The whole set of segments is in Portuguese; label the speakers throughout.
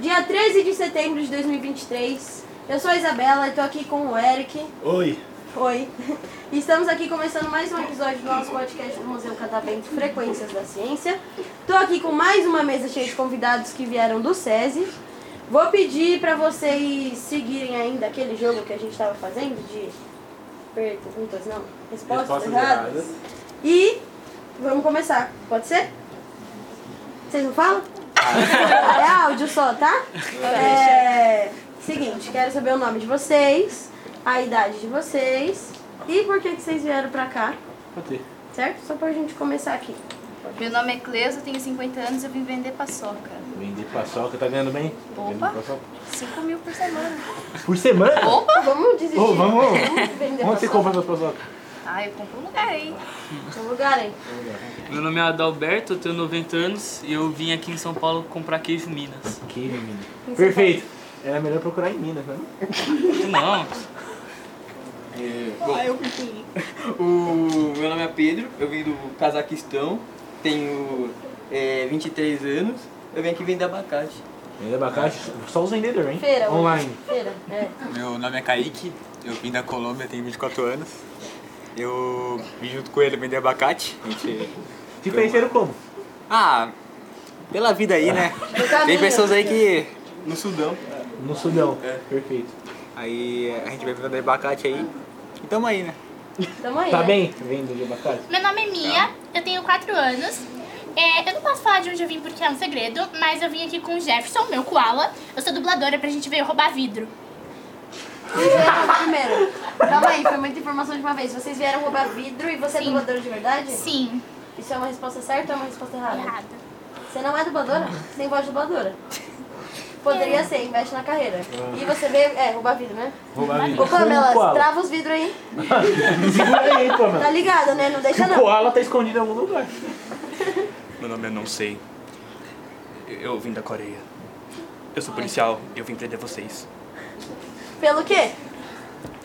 Speaker 1: Dia 13 de setembro de 2023. Eu sou a Isabela e tô aqui com o Eric.
Speaker 2: Oi,
Speaker 1: Oi. E Estamos aqui começando mais um episódio do nosso podcast do Museu Catavento Frequências da Ciência. Tô aqui com mais uma mesa cheia de convidados que vieram do SESI. Vou pedir para vocês seguirem ainda aquele jogo que a gente estava fazendo de perguntas, não, respostas,
Speaker 2: Respostas
Speaker 1: erradas.
Speaker 2: erradas.
Speaker 1: E vamos começar. Pode ser? Vocês não falam? É áudio só, tá? É. Seguinte, quero saber o nome de vocês, a idade de vocês e por que, que vocês vieram pra cá,
Speaker 2: pode ter.
Speaker 1: certo? Só pra gente começar aqui.
Speaker 3: Meu nome é Cleusa, tenho 50 anos e eu vim vender paçoca.
Speaker 2: Vendi paçoca, tá ganhando bem?
Speaker 3: Opa.
Speaker 2: Vendendo paçoca.
Speaker 3: 5 mil por semana.
Speaker 2: Por semana?
Speaker 1: Vamos desistir.
Speaker 2: Ô, vamos.
Speaker 1: vender
Speaker 2: Onde é você
Speaker 1: paçoca.
Speaker 2: compra essas paçoca?
Speaker 3: Ah, eu compro um lugar, hein?
Speaker 1: Um lugar, hein?
Speaker 4: Meu nome é Adalberto, eu tenho 90 anos e eu vim aqui em São Paulo comprar queijo Minas.
Speaker 2: Aqui, menino. Perfeito. Era melhor procurar em Minas, né?
Speaker 4: Não,
Speaker 5: É,
Speaker 6: Ah,
Speaker 5: Bom, o meu nome é Pedro, eu vim do Cazaquistão, tenho é, 23 anos, eu vim aqui vender abacate.
Speaker 2: Vende abacate, só os vendedores, hein?
Speaker 1: Feira. hoje.
Speaker 2: Online.
Speaker 1: Feira, é.
Speaker 6: Meu nome é Kaique, eu vim da Colômbia, tenho 24 anos. Eu vim junto com ele vender abacate. Mentira.
Speaker 2: Te conheceram como?
Speaker 6: Ah, pela vida aí, né?
Speaker 1: No caminho.
Speaker 6: Tem pessoas aí que.
Speaker 5: No Sudão.
Speaker 2: No Sudão. Perfeito.
Speaker 6: Aí a gente vai vender abacate aí. E tamo aí, né?
Speaker 1: Tamo aí,
Speaker 2: Tá
Speaker 1: né?
Speaker 2: bem? Vendo de abacate?
Speaker 7: Meu nome é Mia, eu tenho 4 anos. É, eu não posso falar de onde eu vim porque é um segredo, mas eu vim aqui com o Jefferson, meu koala. Eu sou dubladora pra gente ver roubar vidro.
Speaker 1: Vocês vieram primeiro. Calma aí, foi muita informação de uma vez. Vocês vieram roubar vidro e você é
Speaker 7: Sim.
Speaker 1: dubladora de verdade?
Speaker 7: Sim,
Speaker 1: Isso é uma resposta certa ou é uma resposta errada?
Speaker 7: errado.
Speaker 1: Você não é dubladora? Você tem voz de dubladora. Poderia ser, investe na carreira. E você vê, é, rouba vidro, né?
Speaker 2: Roubar
Speaker 1: Ô, Pamela,
Speaker 2: Koala.
Speaker 1: trava os vidros aí.
Speaker 2: Segura aí, hein,
Speaker 1: Tá Então
Speaker 2: Pamela.
Speaker 1: ligada, né? Não deixa
Speaker 2: O
Speaker 1: não.
Speaker 2: koala tá escondido em algum lugar.
Speaker 8: Meu nome é Não Sei. Eu vim da Coreia. Eu sou policial, eu vim prender vocês.
Speaker 1: Pelo quê?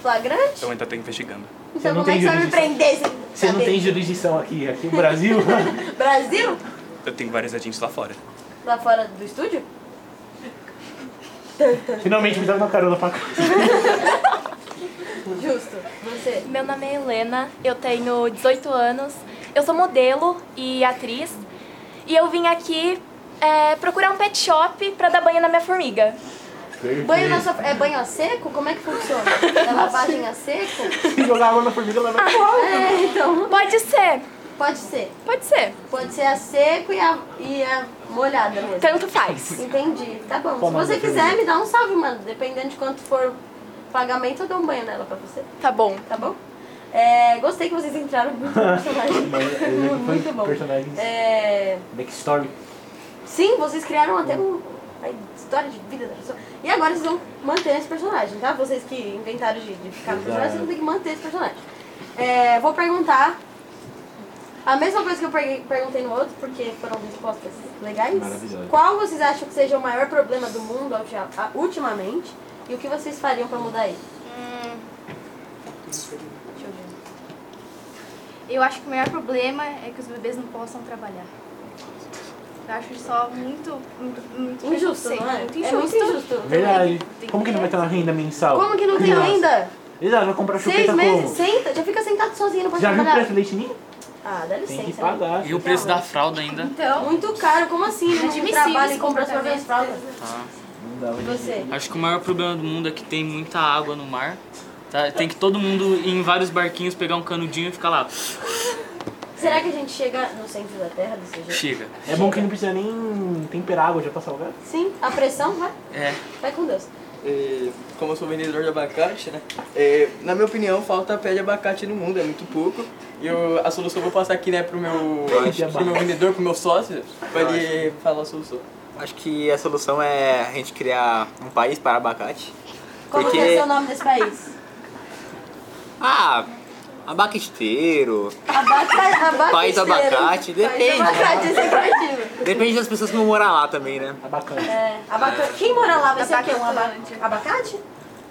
Speaker 1: Flagrante?
Speaker 8: Eu ainda tô investigando.
Speaker 1: Então
Speaker 2: não
Speaker 1: como é
Speaker 2: tem
Speaker 1: que você vai me
Speaker 2: jurisdição.
Speaker 1: prender?
Speaker 2: Você não tem
Speaker 1: sabe?
Speaker 2: jurisdição aqui, aqui no Brasil.
Speaker 1: Brasil?
Speaker 8: Eu tenho vários agentes lá fora.
Speaker 1: Lá fora do estúdio?
Speaker 2: Finalmente me dá uma carona pra cá.
Speaker 1: Justo. Você.
Speaker 9: Meu nome é Helena, eu tenho 18 anos, eu sou modelo e atriz e eu vim aqui é, procurar um pet shop pra dar banho na minha formiga.
Speaker 1: Banho na sua... É banho a seco? Como é que funciona? É lavagem a seco?
Speaker 2: Se jogar água na formiga, ela vai
Speaker 1: É, então...
Speaker 9: Pode ser,
Speaker 1: Pode ser.
Speaker 9: pode ser,
Speaker 1: Pode ser a seco e a, e a molhada mesmo.
Speaker 9: tanto faz.
Speaker 1: Entendi, tá bom.
Speaker 2: Qual
Speaker 1: Se
Speaker 2: o nome
Speaker 1: você
Speaker 2: da
Speaker 1: quiser,
Speaker 2: pergunta?
Speaker 1: me dá um salve, mano. Dependendo de quanto for o pagamento, eu dou um banho nela pra você,
Speaker 9: Tá bom.
Speaker 1: tá bom? É, gostei que vocês entraram muito no personagem.
Speaker 2: Mas
Speaker 1: muito bom.
Speaker 2: Personagens.
Speaker 1: É,
Speaker 2: Backstory.
Speaker 1: sim, vocês criaram até um, a história de vida da pessoa. E agora vocês vão manter esse personagem, tá? Vocês que inventaram de, de ficar no personagem, vocês vão ter que manter esse personagem. É, vou perguntar a mesma coisa que eu pergue- perguntei no outro, porque foram respostas legais.
Speaker 2: Maravilhosa.
Speaker 1: Qual vocês acham que seja o maior problema do mundo ulti- a- ultimamente? E o que vocês fariam pra mudar ele? Deixa eu ver.
Speaker 3: Eu acho que o maior problema é que os bebês não possam trabalhar. Eu acho só muito, muito, muito
Speaker 1: Injusto,
Speaker 3: preconceito,
Speaker 1: não é?
Speaker 3: Muito
Speaker 1: É
Speaker 3: injusto.
Speaker 1: muito injusto.
Speaker 2: Verdade.
Speaker 3: Tem
Speaker 2: Como que não vai ter uma renda mensal?
Speaker 1: Como que não tem
Speaker 2: Criança.
Speaker 1: ainda?
Speaker 2: Exato, vai comprar
Speaker 1: Seis
Speaker 2: chupeta
Speaker 1: meses?
Speaker 2: como?
Speaker 1: Senta, já fica sentado sozinho, não pode
Speaker 2: Já viu o
Speaker 1: trabalhar.
Speaker 2: preço do leite ninho?
Speaker 1: Ah, dá licença.
Speaker 2: Tem que
Speaker 1: né?
Speaker 2: pagar.
Speaker 4: e o preço da fralda ainda.
Speaker 3: Então,
Speaker 1: Muito caro, como assim? Não
Speaker 3: Inadmissível
Speaker 1: trabalha e
Speaker 3: esse
Speaker 1: compra as próprias fraldas.
Speaker 3: comportamento.
Speaker 2: Não dá,
Speaker 1: E
Speaker 2: hoje em dia.
Speaker 1: você?
Speaker 4: tá. Acho que o maior problema do mundo é que tem muita água no mar. Tá? Tem que todo mundo ir em vários barquinhos pegar um canudinho e ficar lá.
Speaker 1: Será que a gente chega no centro da Terra desse jeito?
Speaker 4: Chega.
Speaker 2: É bom que não precisa nem temperar água, já tá salgado.
Speaker 1: Sim, a pressão vai,
Speaker 4: É.
Speaker 1: vai com Deus.
Speaker 5: É, como eu sou vendedor de abacate, né? é, na minha opinião, falta pé de abacate no mundo, é muito pouco. E eu- a solução eu vou passar aqui, né, pro meu,
Speaker 2: Pé de
Speaker 5: pro meu
Speaker 2: abacate.
Speaker 5: vendedor, pro meu sócio, pra ele falar a solução.
Speaker 6: Acho que a solução é a gente criar um país para abacate.
Speaker 1: Como
Speaker 6: Porque-
Speaker 1: que é o seu nome desse país?
Speaker 6: Ah, abacateiro.
Speaker 1: Abacate, abacate.
Speaker 6: País abacate, depende.
Speaker 1: Abacate, isso é criativo.
Speaker 6: Depende das pessoas que vão morar lá também, né?
Speaker 2: Tá bacana.
Speaker 1: É, abacate. Quem mora lá vai ser o quê? Um aba-
Speaker 3: Abacatante.
Speaker 1: abacate?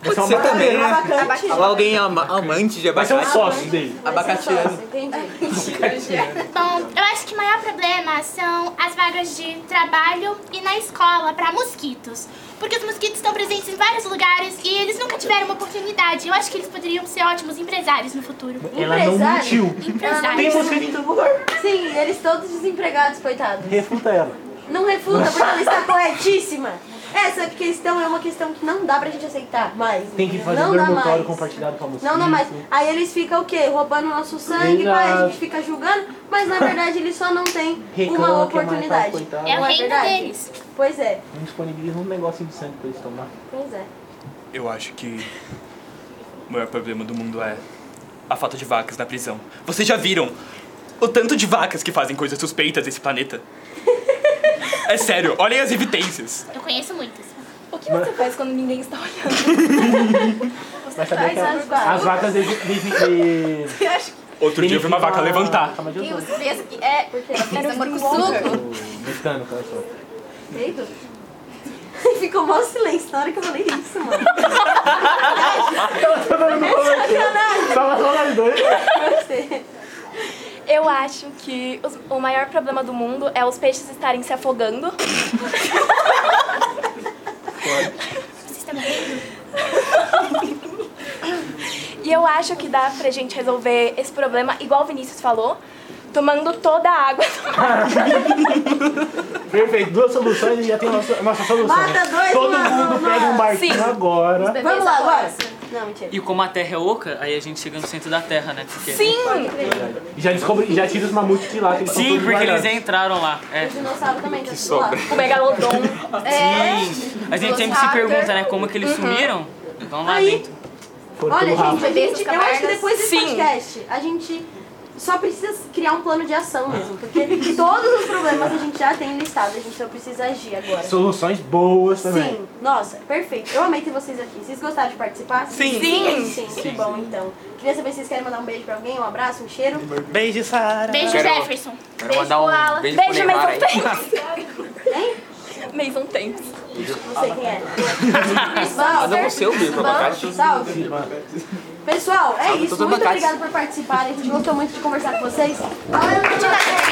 Speaker 2: Vai ser um
Speaker 5: Você
Speaker 2: abacate.
Speaker 5: também, né?
Speaker 1: Abacate.
Speaker 6: Alguém ama amante de
Speaker 2: Vai ser um
Speaker 6: abacate?
Speaker 2: sócio dele.
Speaker 1: Vai ser sócio,
Speaker 5: Abacateando.
Speaker 1: Entendi.
Speaker 7: Bom, eu acho que o maior problema são as vagas de trabalho e na escola para mosquitos. Porque os mosquitos estão presentes em vários lugares e eles nunca tiveram uma oportunidade. Eu acho que eles poderiam ser ótimos empresários no futuro.
Speaker 2: Ela não
Speaker 1: Empresário.
Speaker 2: mentiu.
Speaker 7: Empresários.
Speaker 2: Tem mosquito em todo lugar.
Speaker 1: Sim, eles todos desempregados, coitados.
Speaker 2: Refuta ela.
Speaker 1: Não refuta, porque ela está corretíssima. Essa questão é uma questão que não dá pra gente aceitar mais.
Speaker 2: Tem que
Speaker 1: entendeu?
Speaker 2: fazer
Speaker 1: não dá
Speaker 2: dormitório
Speaker 1: mais.
Speaker 2: compartilhado com a assim, mosquito.
Speaker 1: Não dá mais. Aí eles ficam o quê? Roubando nosso sangue,
Speaker 2: Exato.
Speaker 1: pai, a gente fica julgando, mas na verdade eles só não têm uma
Speaker 2: Reclama que é mais
Speaker 1: oportunidade.
Speaker 2: fácil, coitado.
Speaker 7: É o
Speaker 1: Não
Speaker 7: reino
Speaker 1: verdade?
Speaker 7: deles.
Speaker 1: Pois é,
Speaker 2: Não disponibiliza um negocinho de sangue pra eles tomar.
Speaker 1: pois é.
Speaker 8: Eu acho que o maior problema do mundo é a falta de vacas na prisão. Vocês já viram o tanto de vacas que fazem coisas suspeitas nesse planeta? É sério, olhem as evidências.
Speaker 7: Eu conheço muitos.
Speaker 9: O que você faz quando ninguém está olhando?
Speaker 2: Vai saber que
Speaker 1: as vacas.
Speaker 2: É as vacas de, de, de, de
Speaker 8: Outro dia eu vi uma vaca levantar.
Speaker 2: Cama de
Speaker 3: E
Speaker 2: ozônio.
Speaker 3: você pensa que é.
Speaker 1: Porque
Speaker 3: Era um morcosuco?
Speaker 2: O mecânico, olha só.
Speaker 1: Peido? Ficou mó silêncio na hora que eu falei isso, mano.
Speaker 2: Tava só nós dois.
Speaker 9: Eu acho que os- o maior problema do mundo é os peixes estarem se afogando.
Speaker 7: Vocês estão me ouvindo?
Speaker 9: E eu acho que dá pra gente resolver esse problema, igual o Vinícius falou, tomando toda a água.
Speaker 2: Perfeito, duas soluções e já tem a nossa, a nossa solução.
Speaker 1: Mata dois,
Speaker 2: Todo
Speaker 1: mata
Speaker 2: mundo
Speaker 1: uma.
Speaker 2: pega um barquinho
Speaker 9: Sim.
Speaker 2: agora.
Speaker 1: Vamos lá, bora. Não, mentira.
Speaker 4: E como a Terra é oca, aí a gente chega no centro da Terra, né? Porque...
Speaker 9: Sim!
Speaker 2: E já descobre, já tira os mamutes de lá. Que eles estão
Speaker 4: Sim,
Speaker 2: todos
Speaker 4: porque eles
Speaker 2: guardados.
Speaker 4: entraram lá. É.
Speaker 1: O dinossauro também tá tudo lá.
Speaker 6: sobra.
Speaker 9: O megalodon.
Speaker 4: Sim. A gente sempre se pergunta, né? Como que eles sumiram? Vão lá
Speaker 1: Aí,
Speaker 4: dentro.
Speaker 2: Foram
Speaker 1: Olha,
Speaker 2: pelo rabo.
Speaker 1: gente, a gente- eu acho é? que é?
Speaker 3: Camargas.
Speaker 1: depois desse
Speaker 9: Sim.
Speaker 1: podcast, a gente só precisa criar um plano de ação mesmo. Porque todos os problemas a gente já tem listado, a gente só precisa agir agora.
Speaker 2: Soluções boas também.
Speaker 1: Sim, nossa, perfeito. Eu amei ter vocês aqui. Vocês gostaram de participar?
Speaker 9: Sim.
Speaker 1: Sim, sim. que bom então. Queria saber se vocês querem mandar um beijo pra alguém, um abraço, um cheiro.
Speaker 2: Beijo, Sara.
Speaker 7: Beijo,
Speaker 6: Quero-
Speaker 7: Jefferson.
Speaker 6: Quero mandar um beijo pro
Speaker 9: Beijo,
Speaker 6: Neymar aí.
Speaker 9: Mason Thames. Mason Thames.
Speaker 1: Não sei quem é. Pessoal,
Speaker 6: Cada um seu beijo pro abacate.
Speaker 1: salve. Pessoal, é isso.
Speaker 6: todos os
Speaker 1: Muito
Speaker 6: abacates.
Speaker 1: obrigada por participarem. A gente gostou muito de conversar com vocês. Valeu, tchau.